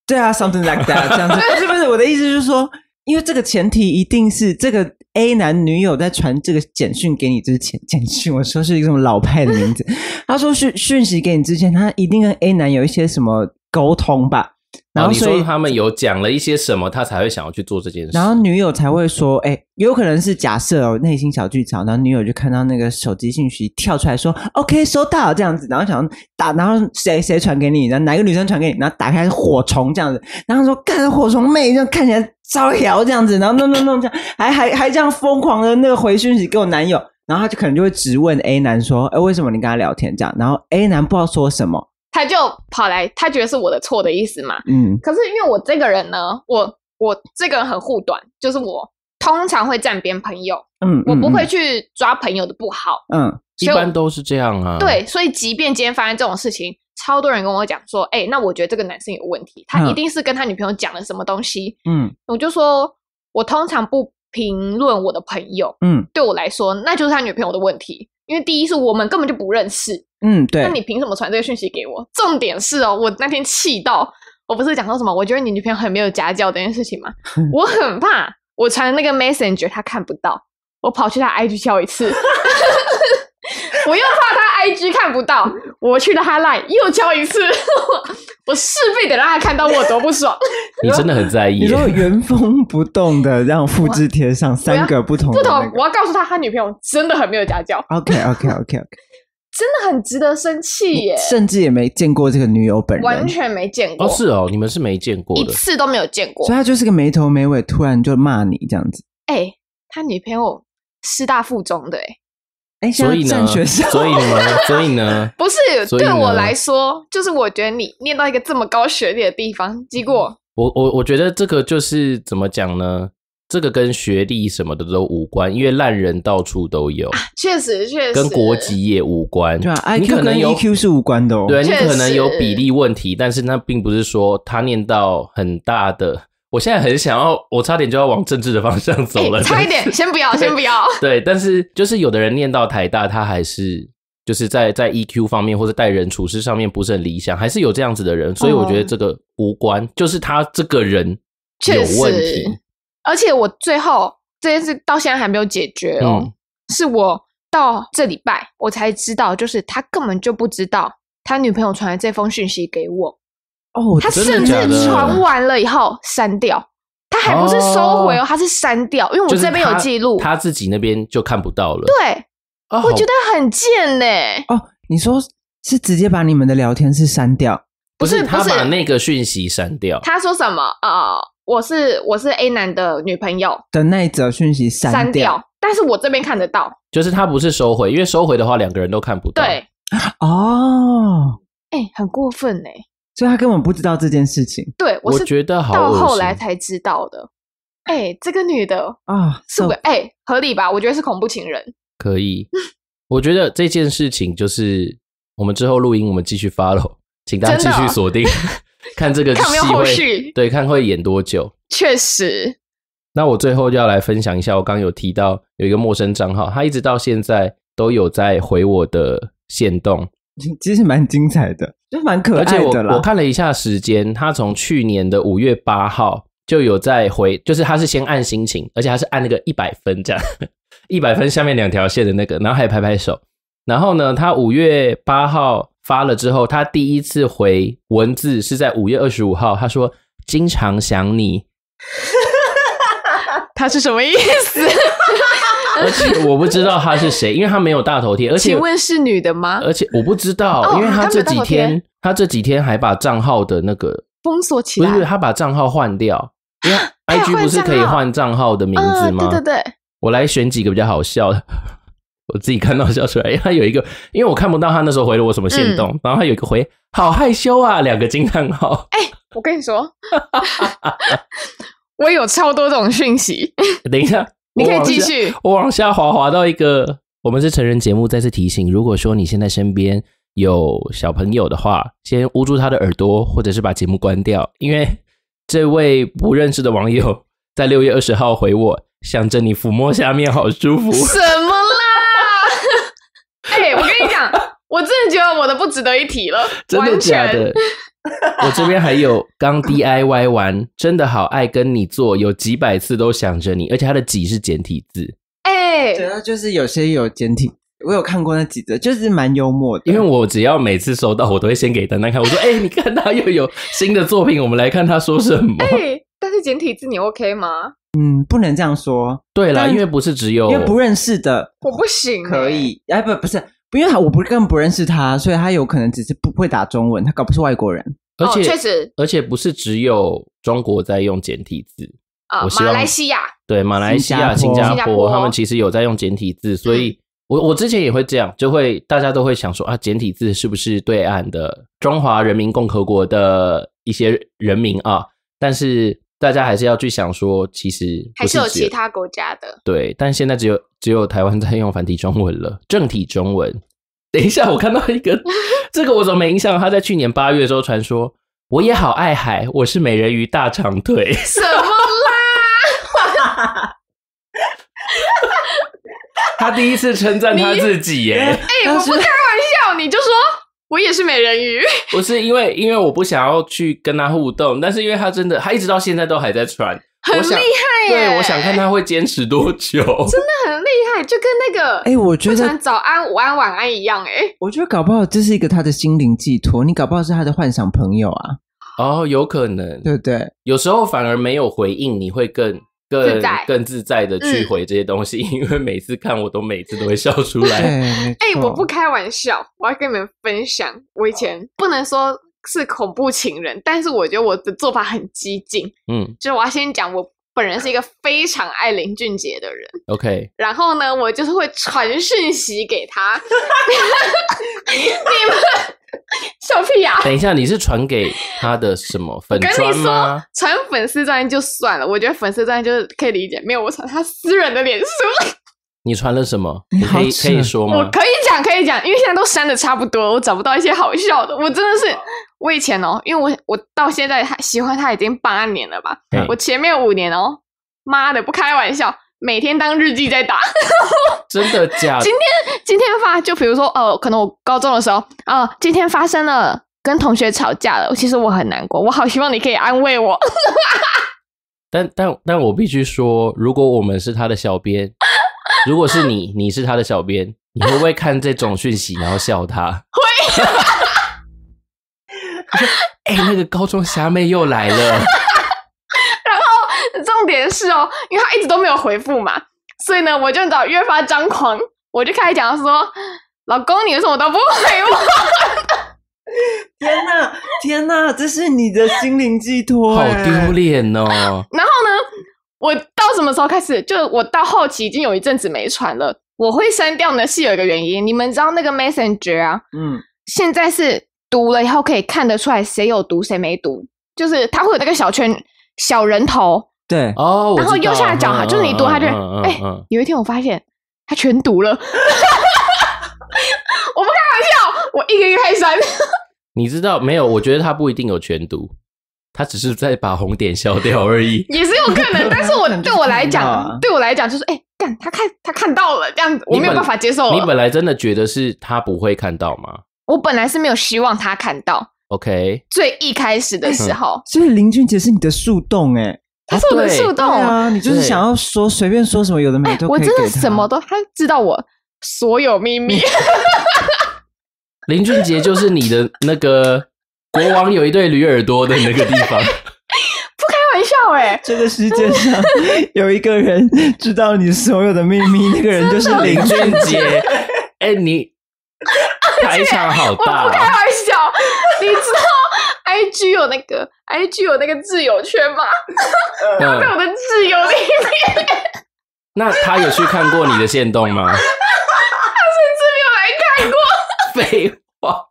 [SPEAKER 3] 对啊，something like that，这样子不是不是我的意思，就是说，因为这个前提一定是这个 A 男女友在传这个简讯给你之前，简讯我说是一种老派的名字，他说讯讯息给你之前，他一定跟 A 男有一些什么沟通吧，
[SPEAKER 1] 然
[SPEAKER 3] 然后
[SPEAKER 1] 后哦你
[SPEAKER 3] 所以
[SPEAKER 1] 说他们有讲了一些什么，他才会想要去做这件事。
[SPEAKER 3] 然后女友才会说：“哎、有可能是假设哦，内心小剧场。”然后女友就看到那个手机信息跳出来说：“OK，收到。”这样子，然后想打，然后谁谁传给你，然后哪个女生传给你，然后打开是火虫这样子，然后说：“干火虫妹，这样看起来招摇这样子。”然后弄弄弄这样，还还还这样疯狂的那个回讯息给我男友，然后他就可能就会质问 A 男说：“哎、为什么你跟他聊天这样？”然后 A 男不知道说什么，
[SPEAKER 2] 他就跑来，他觉得是我的错的意思嘛。
[SPEAKER 3] 嗯
[SPEAKER 2] 可是因为我这个人呢，我我这个人很护短，就是我通常会站边朋友，
[SPEAKER 3] 嗯，
[SPEAKER 2] 我不
[SPEAKER 3] 嗯
[SPEAKER 2] 会，去抓朋友的不好。
[SPEAKER 3] 嗯嗯
[SPEAKER 1] 一般都是这样啊。，
[SPEAKER 2] 对，所以即便今天发生这种事情，超多人跟我讲说，哎、那我觉得这个男生有问题，他
[SPEAKER 3] 嗯
[SPEAKER 2] 一定是跟他女朋友讲了什么东西。
[SPEAKER 3] 嗯
[SPEAKER 2] 我就说，我通常不评论我的朋友，
[SPEAKER 3] 嗯
[SPEAKER 2] 对我来说，那就是他女朋友的问题。因为第一是我们根本就不认识，
[SPEAKER 3] 嗯，对，
[SPEAKER 2] 那你凭什么传这个讯息给我？重点是哦，我那天气到，我不是讲说什么，我觉得你女朋友很没有家教这件事情吗？我很怕我传的那个 Messenger 他看不到，我跑去他 IG 敲一次，我又怕他 IG 看不到，我去到他 Line 又敲一次， 我势必得让他看到我多不爽，
[SPEAKER 1] 你真的很在意
[SPEAKER 3] 你。说原封不动的让复制贴上三个不同
[SPEAKER 2] 不
[SPEAKER 3] 的、
[SPEAKER 2] 同
[SPEAKER 3] 那个，
[SPEAKER 2] 我要告诉他，他女朋友真的很没有家教，
[SPEAKER 3] OK OK OK OK，
[SPEAKER 2] 真的很值得生气 耶，
[SPEAKER 3] 甚至也没见过这个女友本
[SPEAKER 2] 完
[SPEAKER 3] 人，所
[SPEAKER 2] 全没见过，
[SPEAKER 1] 哦，是哦，你们是没见过
[SPEAKER 2] 一
[SPEAKER 1] 的。
[SPEAKER 2] 次都没有见过
[SPEAKER 3] 以。他就是个没头没尾，突然就骂你这样子。
[SPEAKER 2] 哎、他女朋友师大附中的哎、
[SPEAKER 3] 哎，
[SPEAKER 1] 所以
[SPEAKER 3] 现在
[SPEAKER 1] 呢，
[SPEAKER 3] 占学校，
[SPEAKER 1] 所以呢，所以呢，
[SPEAKER 2] 不是
[SPEAKER 1] 所以
[SPEAKER 2] 对我
[SPEAKER 1] 呢
[SPEAKER 2] 来说，就是我觉得你念到一个这么高学历的地方，结果
[SPEAKER 1] 我我我觉得这个就是怎么讲呢？这个跟学历什么的都无关，因为烂人到处都有，
[SPEAKER 2] 确实确
[SPEAKER 1] 嗯
[SPEAKER 2] 实
[SPEAKER 1] 跟国籍也无关。
[SPEAKER 3] 对啊
[SPEAKER 1] 你
[SPEAKER 3] ，IQ
[SPEAKER 1] 可
[SPEAKER 3] 跟
[SPEAKER 1] 能有
[SPEAKER 3] EQ 是无关的哦。
[SPEAKER 1] 对你
[SPEAKER 2] 确
[SPEAKER 1] 可能有
[SPEAKER 2] 实
[SPEAKER 1] 比例问题，但是那并不是说他念到很大的。 我现在很想要，我差点就要往政治的方向走了，
[SPEAKER 2] 哎差一
[SPEAKER 1] 但
[SPEAKER 2] 点，
[SPEAKER 1] 是。
[SPEAKER 2] 先不要，先不要。
[SPEAKER 1] 对，但是就是有的人念到台大，他还是就是在在 EQ 方面或者待人处事上面不是很理想，还是有这样子的人，所以我觉得这个无关，就是他这个人
[SPEAKER 2] 确
[SPEAKER 1] 有问
[SPEAKER 2] 实嗯
[SPEAKER 1] 题。
[SPEAKER 2] 而且我最后这件事到现在还没有解决哦，
[SPEAKER 1] 嗯
[SPEAKER 2] 是我到这礼拜我才知道，就是他根本就不知道他女朋友传的这封讯息给我，
[SPEAKER 3] 哦，
[SPEAKER 2] 他
[SPEAKER 1] 真的
[SPEAKER 2] 甚至
[SPEAKER 1] 假的
[SPEAKER 2] 传完了以后删掉，他还不是收回哦，
[SPEAKER 1] 哦
[SPEAKER 2] 他是删掉，因为我
[SPEAKER 1] 就是
[SPEAKER 2] 这边有
[SPEAKER 1] 他
[SPEAKER 2] 记录。
[SPEAKER 1] 他自己那边就看不到了。哦
[SPEAKER 2] 对，
[SPEAKER 1] 对
[SPEAKER 2] 我觉得很贱呢、
[SPEAKER 3] 哦，你说是直接把你们的聊天室删掉？
[SPEAKER 1] 不
[SPEAKER 2] 不
[SPEAKER 1] 是
[SPEAKER 2] 是
[SPEAKER 1] 他
[SPEAKER 2] 不是
[SPEAKER 1] 把那个讯息删掉，
[SPEAKER 2] 他说什么？呃，我是我是 A 男的女朋友，
[SPEAKER 3] 的那一则讯息删
[SPEAKER 2] 删掉，但是我这边看得到。
[SPEAKER 1] 就是他不是收回，因为收回的话两个人都看不到。
[SPEAKER 2] 对，
[SPEAKER 3] 哦，
[SPEAKER 2] 哎、很过分哎、
[SPEAKER 3] 所以他根本不知道这件事情
[SPEAKER 2] 对
[SPEAKER 1] 我
[SPEAKER 2] 是
[SPEAKER 1] 觉得好
[SPEAKER 2] 到
[SPEAKER 1] 恶心
[SPEAKER 2] 后来才知道的。哎、这个女的
[SPEAKER 3] 啊，
[SPEAKER 2] 是
[SPEAKER 3] 受
[SPEAKER 2] 不哎、合理吧？我觉得是恐怖情人。
[SPEAKER 1] 可以。 我觉得这件事情就是我们之后录音，我们继续 follow，请 大家
[SPEAKER 2] 真的
[SPEAKER 1] 继
[SPEAKER 2] 哦
[SPEAKER 1] 续锁定， 看这个
[SPEAKER 2] 看有没有
[SPEAKER 1] 戏
[SPEAKER 2] 后
[SPEAKER 1] 会
[SPEAKER 2] 续
[SPEAKER 1] 对，看会演多久。
[SPEAKER 2] 确实，
[SPEAKER 1] 那我最后就要来分享一下，我刚刚有提到有一个陌生账号，他一直到现在都有在回我的线动，
[SPEAKER 3] 其实蛮精彩的，就蛮可
[SPEAKER 1] 而且
[SPEAKER 3] 爱
[SPEAKER 1] 我
[SPEAKER 3] 的啦。
[SPEAKER 1] 我看了一下时间，他从去年的五月八号就有在回，就是他是先按心情，而且他是按那个一百分这样， 一百分下面两条线的那个，然后还有拍拍手。然后呢，他五月八号发了之后，他第一次回文字是在五月二十五号，他说经常想你，
[SPEAKER 4] 他是什么意思？
[SPEAKER 1] 而且我不知道他是谁，因为他没有大头 贴，而且呃
[SPEAKER 4] 请问是女的吗？
[SPEAKER 1] 而且我不知道，
[SPEAKER 2] 哦
[SPEAKER 1] 因为他这几
[SPEAKER 2] 他没有大
[SPEAKER 1] 天他这几天还把账号的那个
[SPEAKER 4] 封锁起
[SPEAKER 1] 不
[SPEAKER 4] 来
[SPEAKER 1] 是，他把账号换 掉，因为
[SPEAKER 2] 他有换
[SPEAKER 1] IG 不是可以
[SPEAKER 2] 账号
[SPEAKER 1] 换账号的名字吗？
[SPEAKER 2] 嗯、对对对，
[SPEAKER 1] 我来选几个比较好笑 的，我自己看到笑出来。因为他有一个，因为我看不到他那时候回了我什么线
[SPEAKER 2] 嗯
[SPEAKER 1] 动，然后他有一个回“好害羞啊”两个惊叹号，
[SPEAKER 2] 我跟你说，
[SPEAKER 4] 我有超多种讯息，
[SPEAKER 1] 等一下，
[SPEAKER 4] 你可以继
[SPEAKER 1] 我往下。
[SPEAKER 4] 续。
[SPEAKER 1] 我往下滑滑到一个，我们是成人节目，再次提醒，如果说你现在身边有小朋友的话，先捂住他的耳朵，或者是把节目关掉，因为这位不认识的网友在六月二十号回我，想着你抚摸下面好舒服。
[SPEAKER 4] 什么啦？
[SPEAKER 2] 哎、我跟你讲，我真的觉得我的不值得一提了，
[SPEAKER 1] 真的
[SPEAKER 2] 完
[SPEAKER 1] 假
[SPEAKER 2] 全
[SPEAKER 1] 的？我这边还有刚 DIY 完，真的好爱跟你做，有几百次都想着你，而且它的几是简体字，
[SPEAKER 2] 哎、
[SPEAKER 3] 主要就是有些有简体，我有看过那几则，就是蛮幽默的。
[SPEAKER 1] 因为我只要每次收到，我都会先给丹丹看，我说：“哎、你看他又有新的作品，我们来看他说什么。
[SPEAKER 2] 哎、但是简体字你 OK 吗？
[SPEAKER 3] 嗯，不能这样说，
[SPEAKER 1] 对啦，
[SPEAKER 3] 但
[SPEAKER 1] 因为不是只有，
[SPEAKER 3] 因为不认识的
[SPEAKER 2] 我不行、欸
[SPEAKER 3] 可。以，哎不不是，因为他我不根本不认识他，所以他有可能只是不会打中文，他搞不是外国人。
[SPEAKER 1] 而且、
[SPEAKER 2] 哦、确实
[SPEAKER 1] 而且不是只有中国在用简体字，
[SPEAKER 2] 啊、
[SPEAKER 1] 我希
[SPEAKER 2] 马
[SPEAKER 1] 望
[SPEAKER 2] 来西亚
[SPEAKER 1] 对，马来西亚、
[SPEAKER 3] 新
[SPEAKER 1] 新加
[SPEAKER 3] 加
[SPEAKER 2] 坡
[SPEAKER 1] 坡
[SPEAKER 2] 新加坡嗯
[SPEAKER 1] 他们其实有在用简体字，所以我我之前也会这样，就会大家都会想说啊，简体字是不是对岸的中华人民共和国的一些人民啊？但是大家还是要去想说，其实
[SPEAKER 2] 还
[SPEAKER 1] 不
[SPEAKER 2] 是有
[SPEAKER 1] 只
[SPEAKER 2] 其他国家 的，
[SPEAKER 1] 对，但现在只有只有台湾在用繁体中文了，正体中文。等一下，我看到一 个，这个我怎么没印象？他在去年八月的时候传说，我也好爱海，我是美人鱼大长腿。
[SPEAKER 2] 什么啦？
[SPEAKER 1] 他第一次称赞他自己耶、
[SPEAKER 2] 哎、我不开玩笑，你就说我也是美人鱼，
[SPEAKER 1] 不是因为因为我不想要去跟他互动，但是因为他真的，他一直到现在都还在传，
[SPEAKER 2] 很
[SPEAKER 1] 我
[SPEAKER 2] 厉
[SPEAKER 1] 想
[SPEAKER 2] 害耶！
[SPEAKER 1] 对，我想看他会坚持多久。
[SPEAKER 2] 那 很厉害，就跟那个
[SPEAKER 3] 哎、我觉
[SPEAKER 2] 会
[SPEAKER 3] 得
[SPEAKER 2] 传早安、午安、晚安一样、哎，
[SPEAKER 3] 我觉得搞不好这是一个他的心灵寄托，你搞不好是他的幻想朋友啊，
[SPEAKER 1] 哦，有可能，
[SPEAKER 3] 对不对？
[SPEAKER 1] 有时候反而没有回应，你会更更
[SPEAKER 2] 自在
[SPEAKER 1] 更自在的去
[SPEAKER 2] 嗯
[SPEAKER 1] 回这些东西， 因为每次看我都每次都会笑出
[SPEAKER 3] 对，
[SPEAKER 1] 来。
[SPEAKER 3] 没
[SPEAKER 2] 哎、
[SPEAKER 3] 错
[SPEAKER 2] 我不开玩笑，我要跟你们分享，我以前不能说是恐怖情人，但是我觉得我的做法很激进，
[SPEAKER 1] 嗯
[SPEAKER 2] 就是我要先讲，我本人是一个非常爱林俊杰的人，
[SPEAKER 1] ，OK，
[SPEAKER 2] 然后呢，我就是会传讯息给他， 你们笑屁啊呀、
[SPEAKER 1] 等一下，你是传给他的什么粉
[SPEAKER 2] 跟
[SPEAKER 1] 砖
[SPEAKER 2] 你
[SPEAKER 1] 吗
[SPEAKER 2] 说？，传粉丝专页就算了，我觉得粉丝专页就是可以理解。没有，我传他私人的脸书，
[SPEAKER 1] 你传了什么？
[SPEAKER 3] 你
[SPEAKER 1] 你可以
[SPEAKER 3] 好扯
[SPEAKER 1] 可以说
[SPEAKER 2] 我
[SPEAKER 1] 吗？
[SPEAKER 2] 可以讲，可以讲，因为现在都删的差不多，我找不到一些好笑的。我真的是，我以前哦，因为我我到现在还喜欢他已经八年了吧，
[SPEAKER 1] 嗯
[SPEAKER 2] 我前面五年哦，妈的不开玩笑，每天当日记在打。
[SPEAKER 1] 真的假的？
[SPEAKER 2] 今天今天发，就比如说哦，可能我高中的时候啊、哦今天发生了跟同学吵架了，其实我很难过，我好希望你可以安慰我。
[SPEAKER 1] 但但但我必须说，如果我们是他的小编，如果是你，你是他的小编，你会不会看这种讯息然后笑他？ 会。哎、那个高中虾妹又来了，
[SPEAKER 2] 重点是哦，因为他一直都没有回复嘛，所以呢，我就你知道越发张狂，我就开始讲说，老公，你为什么都不回我？
[SPEAKER 3] 天哪，天哪，这是你的心灵寄托、
[SPEAKER 1] 好
[SPEAKER 3] 哎
[SPEAKER 1] 丢脸哦！
[SPEAKER 2] 然后呢，我到什么时候开始？就我到后期已经有一阵子没传了，我会删掉呢，是有一个原因。你们知道那个 Messenger 啊，
[SPEAKER 3] 嗯，
[SPEAKER 2] 现在是读了以后可以看得出来谁有读谁没读，就是它会有那个小圈小人头，
[SPEAKER 3] 对，
[SPEAKER 1] 哦，我
[SPEAKER 2] 然后
[SPEAKER 1] 知道
[SPEAKER 2] 右下角
[SPEAKER 1] 嗯
[SPEAKER 2] 就是你读，
[SPEAKER 1] 嗯
[SPEAKER 2] 他就
[SPEAKER 1] 嗯嗯
[SPEAKER 2] 哎
[SPEAKER 1] 嗯嗯
[SPEAKER 2] 有一天我发现他全读了，我不 开玩笑，我一个一个开删。
[SPEAKER 1] 你知道没有？我觉得他不一定有全读，他只是在把红点消掉而已。
[SPEAKER 2] 也是有可能，但是我
[SPEAKER 3] 可能就
[SPEAKER 2] 对我 来
[SPEAKER 3] 看不到啊
[SPEAKER 2] 讲，对我来讲就是，哎、干他看他看到了这样子，我
[SPEAKER 1] 你
[SPEAKER 2] 没有
[SPEAKER 1] 本
[SPEAKER 2] 办法接受
[SPEAKER 1] 你
[SPEAKER 2] 了。
[SPEAKER 1] 本来真的觉得是他不会看到吗
[SPEAKER 2] 我本来是没有希望他看到，
[SPEAKER 1] ？OK，
[SPEAKER 2] 最一开始的时候，
[SPEAKER 3] 所以林俊杰是你的树洞、哎，
[SPEAKER 2] 他是我的
[SPEAKER 1] 哦对
[SPEAKER 2] 树洞，
[SPEAKER 3] 啊对啊，你就是
[SPEAKER 1] 对
[SPEAKER 3] 想要说随便说什么，有的没
[SPEAKER 2] 哎
[SPEAKER 3] 都
[SPEAKER 2] 我
[SPEAKER 3] 可以
[SPEAKER 2] 真的
[SPEAKER 3] 给他
[SPEAKER 2] 什么都，他知道我所有秘密。
[SPEAKER 1] 林俊杰就是你的那个国王有一对驴耳朵的那个地 方，
[SPEAKER 2] 开玩笑哎、
[SPEAKER 3] 这个世界上有一个人知道你所有的秘密，那个人就是
[SPEAKER 1] 林
[SPEAKER 3] 林
[SPEAKER 1] 俊 杰。哎、你排场好
[SPEAKER 2] 我
[SPEAKER 1] 大、
[SPEAKER 2] 不开
[SPEAKER 1] 啊，
[SPEAKER 2] 玩笑，你知道 I G 有那个 I G 有那个自由圈吗？在
[SPEAKER 1] 嗯，
[SPEAKER 2] 我的自由里面，
[SPEAKER 1] 那他有去看过你的线动吗？
[SPEAKER 2] 这边有来看过。
[SPEAKER 1] 废话。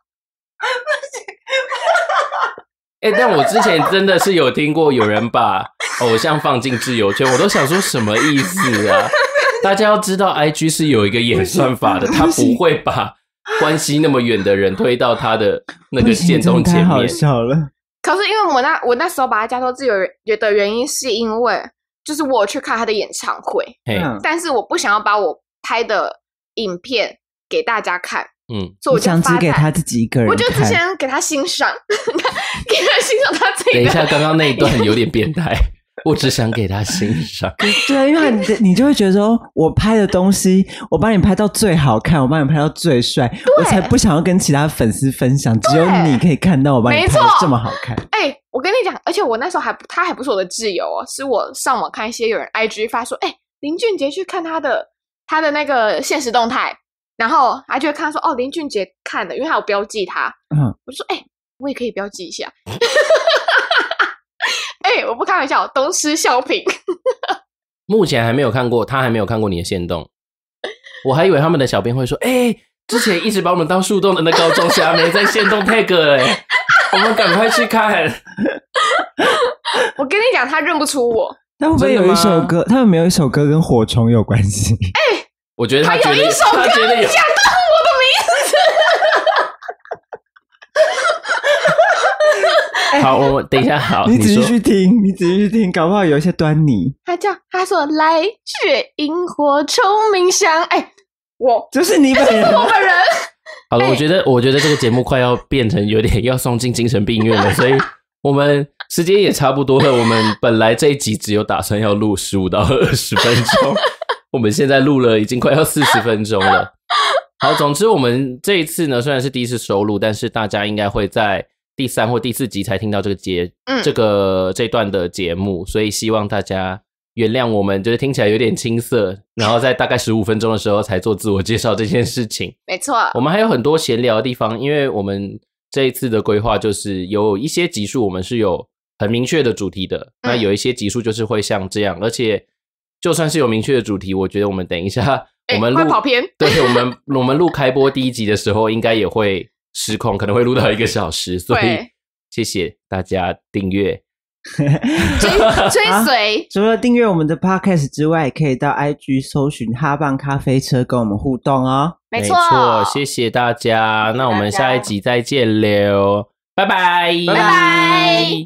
[SPEAKER 1] 哎、但我之前真的是有听过有人把偶像放进自由圈，我都想说什么意思啊？大家要知道，IG 是有一个演算法的，他不会把关系那么远的人推到他的 那个线
[SPEAKER 3] 真
[SPEAKER 1] 动
[SPEAKER 3] 的太
[SPEAKER 1] 前
[SPEAKER 3] 好
[SPEAKER 1] 面。
[SPEAKER 3] 笑了。
[SPEAKER 2] 可是因为我那我那时候把它加做自由人的原因，是因为就是我有去看他的演唱会，
[SPEAKER 1] 嘿，
[SPEAKER 3] 嗯
[SPEAKER 2] 但是我不想要把我拍的影片给大家看，
[SPEAKER 1] 嗯，
[SPEAKER 2] 所以我
[SPEAKER 3] 你
[SPEAKER 2] 就
[SPEAKER 3] 想只
[SPEAKER 2] 发
[SPEAKER 3] 给他
[SPEAKER 2] 在。
[SPEAKER 3] 自己一个人
[SPEAKER 2] 我
[SPEAKER 3] 看，
[SPEAKER 2] 就只想给他欣赏， 给他欣赏他自己
[SPEAKER 1] 等一
[SPEAKER 2] 的。
[SPEAKER 1] 下，刚刚那一段有点变态，我只想给他欣赏。
[SPEAKER 3] 对，啊因为你你就会觉得说，我拍的东西，我帮你拍到最好看，我帮你拍到最帅，我才不想要跟其他粉丝分享，只有你可以看到我帮你
[SPEAKER 2] 没
[SPEAKER 3] 拍
[SPEAKER 2] 错
[SPEAKER 3] 的这么好看。
[SPEAKER 2] 哎、我跟你讲，而且我那时候还不，他还不是我的挚友哦，是我上网看一些有人 IG 发说，哎、林俊杰去看他的他的那个现实动态，然后他就会看说，哦，林俊杰看的，因为他有标记他，
[SPEAKER 3] 嗯，
[SPEAKER 2] 我就说，哎、我也可以标记一下， 哎、我不开玩笑，东施效颦，
[SPEAKER 1] 目前还没有看过，他还没有看过你的线动， 我还以为他们的小编会说：“哎、之前一直把我们当树洞的那高中虾妹在线动 tag 哎、 我们赶快去看。
[SPEAKER 2] 我跟你讲，他认不出我，
[SPEAKER 3] 但会不会
[SPEAKER 1] 真的
[SPEAKER 3] 有一首
[SPEAKER 1] 吗
[SPEAKER 3] 歌，他们没有一首歌跟火虫有关系？”
[SPEAKER 1] 我觉得他
[SPEAKER 2] 他有
[SPEAKER 1] 觉得
[SPEAKER 2] 一首歌
[SPEAKER 1] 他觉得有， 好，我们等一下，好，
[SPEAKER 3] 你
[SPEAKER 1] 你
[SPEAKER 3] 仔
[SPEAKER 1] 说
[SPEAKER 3] 细去听，你仔细去听，搞不好有一些端倪。
[SPEAKER 2] 他叫他说来雪萤火虫鸣香，哎、我
[SPEAKER 3] 就是你本人，啊
[SPEAKER 2] 我本人。
[SPEAKER 1] 好了，我觉得我觉得这个节目快要变成有点要送进精神病院了，所以我们时间也差不多了。我们本来这一集只有打算要录十五到二十分钟，我们现在录了已经快要四十分钟了。好，总之我们这一次呢，虽然是第一次收录，但是大家应该会在第三或第四集才听到这个节、
[SPEAKER 2] 嗯
[SPEAKER 1] 这个这段的节目，所以希望大家。原谅我们，就是听起来有点青涩，然后在大概十五分钟的时候才做自我介绍这件事情。
[SPEAKER 2] 没错，
[SPEAKER 1] 我们还有很多闲聊的地方，因为我们这一次的规划就是有一些集数我们是有很明确的主题的，
[SPEAKER 2] 嗯
[SPEAKER 1] 那有一些集数就是会像这样，而且就算是有明确的主题，我觉得我们等一下
[SPEAKER 2] 哎
[SPEAKER 1] 我们录、
[SPEAKER 2] 快跑偏
[SPEAKER 1] 对我们我们录开播第一集的时候，应该也会失控，可能会录到一个小时，所以
[SPEAKER 2] 对
[SPEAKER 1] 谢谢大家订阅。
[SPEAKER 2] 追 追随。
[SPEAKER 3] 除了订阅我们的 podcast 之外，也可以到 IG 搜寻哈棒咖啡车跟我们互动哦。
[SPEAKER 2] 没错，
[SPEAKER 1] 错，谢谢大家。那我们下一集再见喽，拜拜，
[SPEAKER 2] 拜拜